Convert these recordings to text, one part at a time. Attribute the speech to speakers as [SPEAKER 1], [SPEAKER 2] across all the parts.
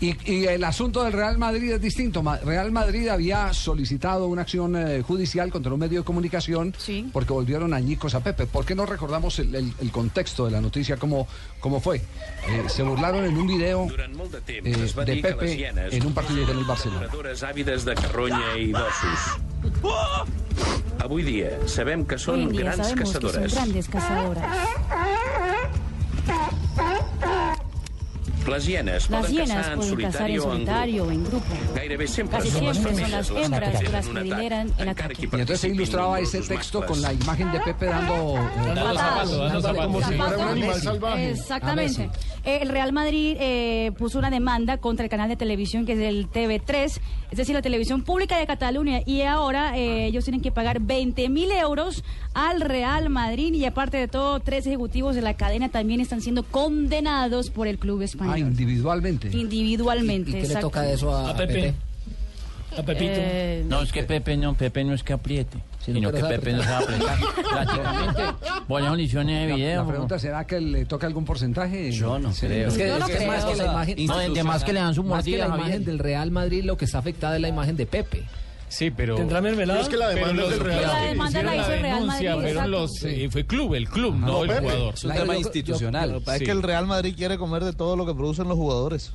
[SPEAKER 1] Y, y el asunto del Real Madrid es distinto. Ma- Real Madrid había solicitado una acción eh, judicial contra un medio de comunicación
[SPEAKER 2] Sí.
[SPEAKER 1] porque volvieron añicos a Pepe. ¿Por qué no recordamos el, el- el contexto de la noticia? ¿Cómo, cómo fue? Eh, se burlaron en un video
[SPEAKER 3] Durant molt de temps
[SPEAKER 1] eh,
[SPEAKER 3] es va
[SPEAKER 1] de
[SPEAKER 3] dir que les
[SPEAKER 1] Pepe
[SPEAKER 3] hienes,
[SPEAKER 1] en un partido con el Barcelona.
[SPEAKER 3] predadores àvides de carronya i d'ossos. Avui dia sabem que
[SPEAKER 4] Hoy
[SPEAKER 3] són
[SPEAKER 4] en día
[SPEAKER 3] grans
[SPEAKER 4] sabemos que
[SPEAKER 3] caçadores.
[SPEAKER 4] son grandes cazadoras.
[SPEAKER 3] Les hienes
[SPEAKER 4] Las
[SPEAKER 3] poden
[SPEAKER 4] hienas
[SPEAKER 3] caçar en
[SPEAKER 4] pueden cazar
[SPEAKER 3] solitari
[SPEAKER 4] en
[SPEAKER 3] o en
[SPEAKER 4] solitario
[SPEAKER 3] grup.
[SPEAKER 4] o en grupo.
[SPEAKER 3] Gairebé sempre
[SPEAKER 4] Casi
[SPEAKER 3] són les
[SPEAKER 4] siempre son
[SPEAKER 3] femelles
[SPEAKER 4] las
[SPEAKER 3] les
[SPEAKER 4] hembras
[SPEAKER 3] que
[SPEAKER 4] las que lideran en ataque.
[SPEAKER 1] Y entonces se ilustraba ese texto con la imagen de Pepe dando... eh,
[SPEAKER 4] Como si fuera un animal salvaje.
[SPEAKER 1] A
[SPEAKER 4] Exactamente.
[SPEAKER 1] ver,
[SPEAKER 4] Eh, El Real Madrid eh, puso una demanda contra el canal de televisión que es el TV3, es decir, la televisión pública de Cataluña. Y ahora eh, ellos tienen que pagar 20 mil euros al Real Madrid. Y aparte de todo, tres ejecutivos de la cadena también están siendo condenados por el club
[SPEAKER 1] ah,
[SPEAKER 4] español.
[SPEAKER 1] individualmente.
[SPEAKER 4] individualmente. exacto.
[SPEAKER 5] eso a, Pepe?
[SPEAKER 2] Eh,
[SPEAKER 6] No, es que Pepe no, Pepe no es que apriete, sino, que Pepe no sabe apretar. Prácticamente, bueno, lecciones de
[SPEAKER 1] La,
[SPEAKER 6] video.
[SPEAKER 1] la pregunta será que le toca algún porcentaje.
[SPEAKER 6] Yo no
[SPEAKER 1] Sí.
[SPEAKER 6] creo.
[SPEAKER 7] Es que,
[SPEAKER 2] Yo
[SPEAKER 7] es
[SPEAKER 2] no
[SPEAKER 7] que es
[SPEAKER 2] creo.
[SPEAKER 7] más que la imagen.
[SPEAKER 6] No, de- de más que le dan su
[SPEAKER 7] Más que
[SPEAKER 6] mordida,
[SPEAKER 7] la
[SPEAKER 6] Javier.
[SPEAKER 7] imagen del Real Madrid, lo que está afectada es la imagen de Pepe.
[SPEAKER 8] Sí, pero.
[SPEAKER 7] ¿Tendrá mermelada?
[SPEAKER 8] Pero es que la demanda
[SPEAKER 7] Pero
[SPEAKER 8] del
[SPEAKER 7] los-
[SPEAKER 8] Real
[SPEAKER 7] la
[SPEAKER 8] Madrid.
[SPEAKER 4] demanda la hizo el Real
[SPEAKER 8] denuncia,
[SPEAKER 4] Madrid,
[SPEAKER 8] fueron
[SPEAKER 4] exacto.
[SPEAKER 8] los, eh, fue club, el club, no, el jugador.
[SPEAKER 7] un tema institucional.
[SPEAKER 8] es que el Real Madrid quiere comer de todo lo que producen los jugadores.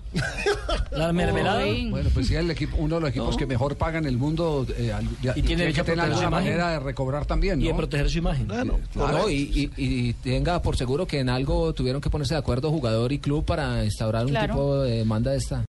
[SPEAKER 7] La mermelada.
[SPEAKER 1] Bueno, pues sí, el equipo, uno de los equipos que mejor pagan el mundo eh, al- ya-
[SPEAKER 7] Y tiene derecho
[SPEAKER 1] que
[SPEAKER 7] a proteger
[SPEAKER 1] tener
[SPEAKER 7] su
[SPEAKER 1] alguna
[SPEAKER 7] imagen.
[SPEAKER 1] manera de recobrar también,
[SPEAKER 7] Y de
[SPEAKER 1] ¿no?
[SPEAKER 7] proteger su imagen.
[SPEAKER 1] Claro.
[SPEAKER 7] No, y, y- y tenga por seguro que en algo tuvieron que ponerse de acuerdo jugador y club para instaurar
[SPEAKER 2] Claro.
[SPEAKER 7] un tipo de demanda de esta.